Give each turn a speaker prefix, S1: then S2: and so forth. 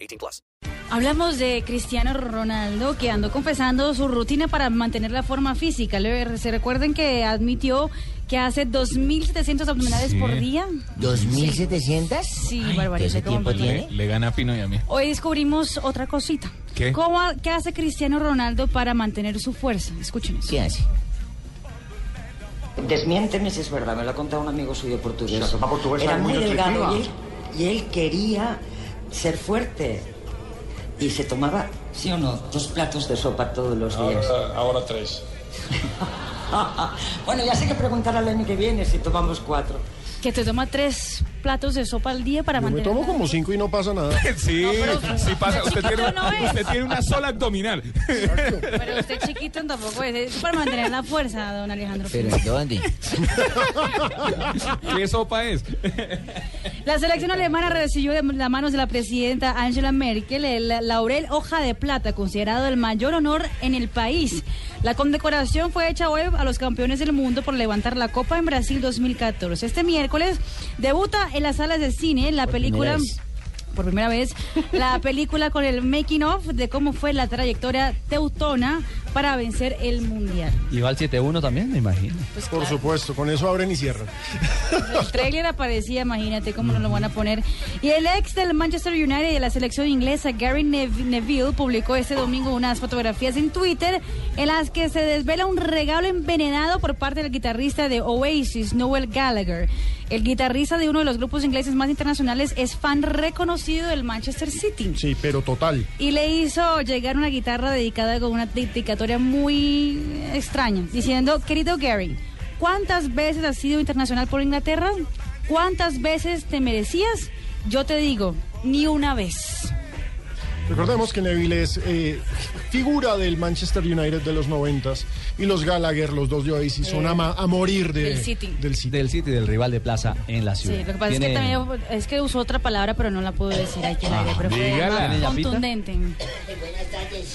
S1: 18 plus.
S2: Hablamos de Cristiano Ronaldo que andó confesando su rutina para mantener la forma física. Le- Se recuerden que admitió que hace 2.700 abdominales por día.
S3: ¿2.700?
S2: Sí,
S3: Ay,
S2: barbaridad,
S3: ¿Ese
S2: ¿cómo
S3: tiempo
S2: me
S3: tiene?
S4: Le gana a Pino y a mí.
S2: Hoy descubrimos otra cosita.
S4: ¿Qué?
S2: ¿Cómo, ha- ¿Qué hace Cristiano Ronaldo para mantener su fuerza? Escuchen eso.
S3: ¿Qué hace?
S5: Desmiénteme si es verdad, me lo ha contado un amigo suyo portugués.
S6: La sopa portuguesa
S5: Era
S6: es
S5: muy,
S6: muy
S5: delgado y él,
S6: nutritiva.
S5: y él quería ser fuerte. Y se tomaba, sí o no, dos platos de sopa todos los días.
S6: Ahora, ahora tres.
S5: bueno, ya sé que preguntar al año que viene si tomamos cuatro.
S2: Que te toma tres platos de sopa al día para
S7: Yo me
S2: mantener.
S7: tomo
S2: la-
S7: como cinco y no pasa nada.
S4: Sí,
S2: pero-
S4: sí pasa.
S2: pero
S4: Usted tiene,
S2: chiquito no es.
S4: usted tiene una sola abdominal.
S2: Pero usted chiquito tampoco es. es para mantener la fuerza, don Alejandro.
S3: ¿Pero en dónde?
S4: ¿Qué sopa es?
S2: La selección alemana recibió de las manos de la presidenta Angela Merkel el laurel hoja de plata, considerado el mayor honor en el país. La condecoración fue hecha hoy a los campeones del mundo por levantar la Copa en Brasil 2014. Este miércoles debuta en las salas de cine la película...
S3: primera vez.
S2: Por primera vez, la película con el making of de cómo fue la trayectoria teutona para vencer el mundial.
S8: Y va al 7-1 también, me imagino.
S7: Por supuesto, con eso abren y cierran.
S2: El trailer aparecía, imagínate cómo nos lo van a poner. Y el ex del Manchester United y de la selección inglesa, Gary Nev- Neville, publicó este domingo unas fotografías en Twitter en las que se desvela un regalo envenenado por parte del guitarrista de Oasis, Noel Gallagher. El guitarrista de uno de los grupos ingleses más internacionales es fan reconocido del Manchester City.
S7: Sí, pero total.
S2: Y le hizo llegar una guitarra dedicada con una dedicatoria muy extraña, diciendo, querido Gary, ¿cuántas veces has sido internacional por Inglaterra? ¿Cuántas veces te merecías? Yo te digo, ni una vez.
S7: Recordemos que Neville es eh, figura del Manchester United de los noventas y los Gallagher, los dos de Oasis, son a, ma- a morir de-
S2: Eh, del City.
S7: Del City.
S8: Del City, del rival de Plaza en la ciudad.
S2: Sí, lo que pasa es que
S8: Tiene- Ah,
S2: también es que usó otra palabra, pero no la puedo decir aquí al aire, pero fue
S4: dígala.
S2: más
S8: ¿Tiene yapita?
S2: contundente.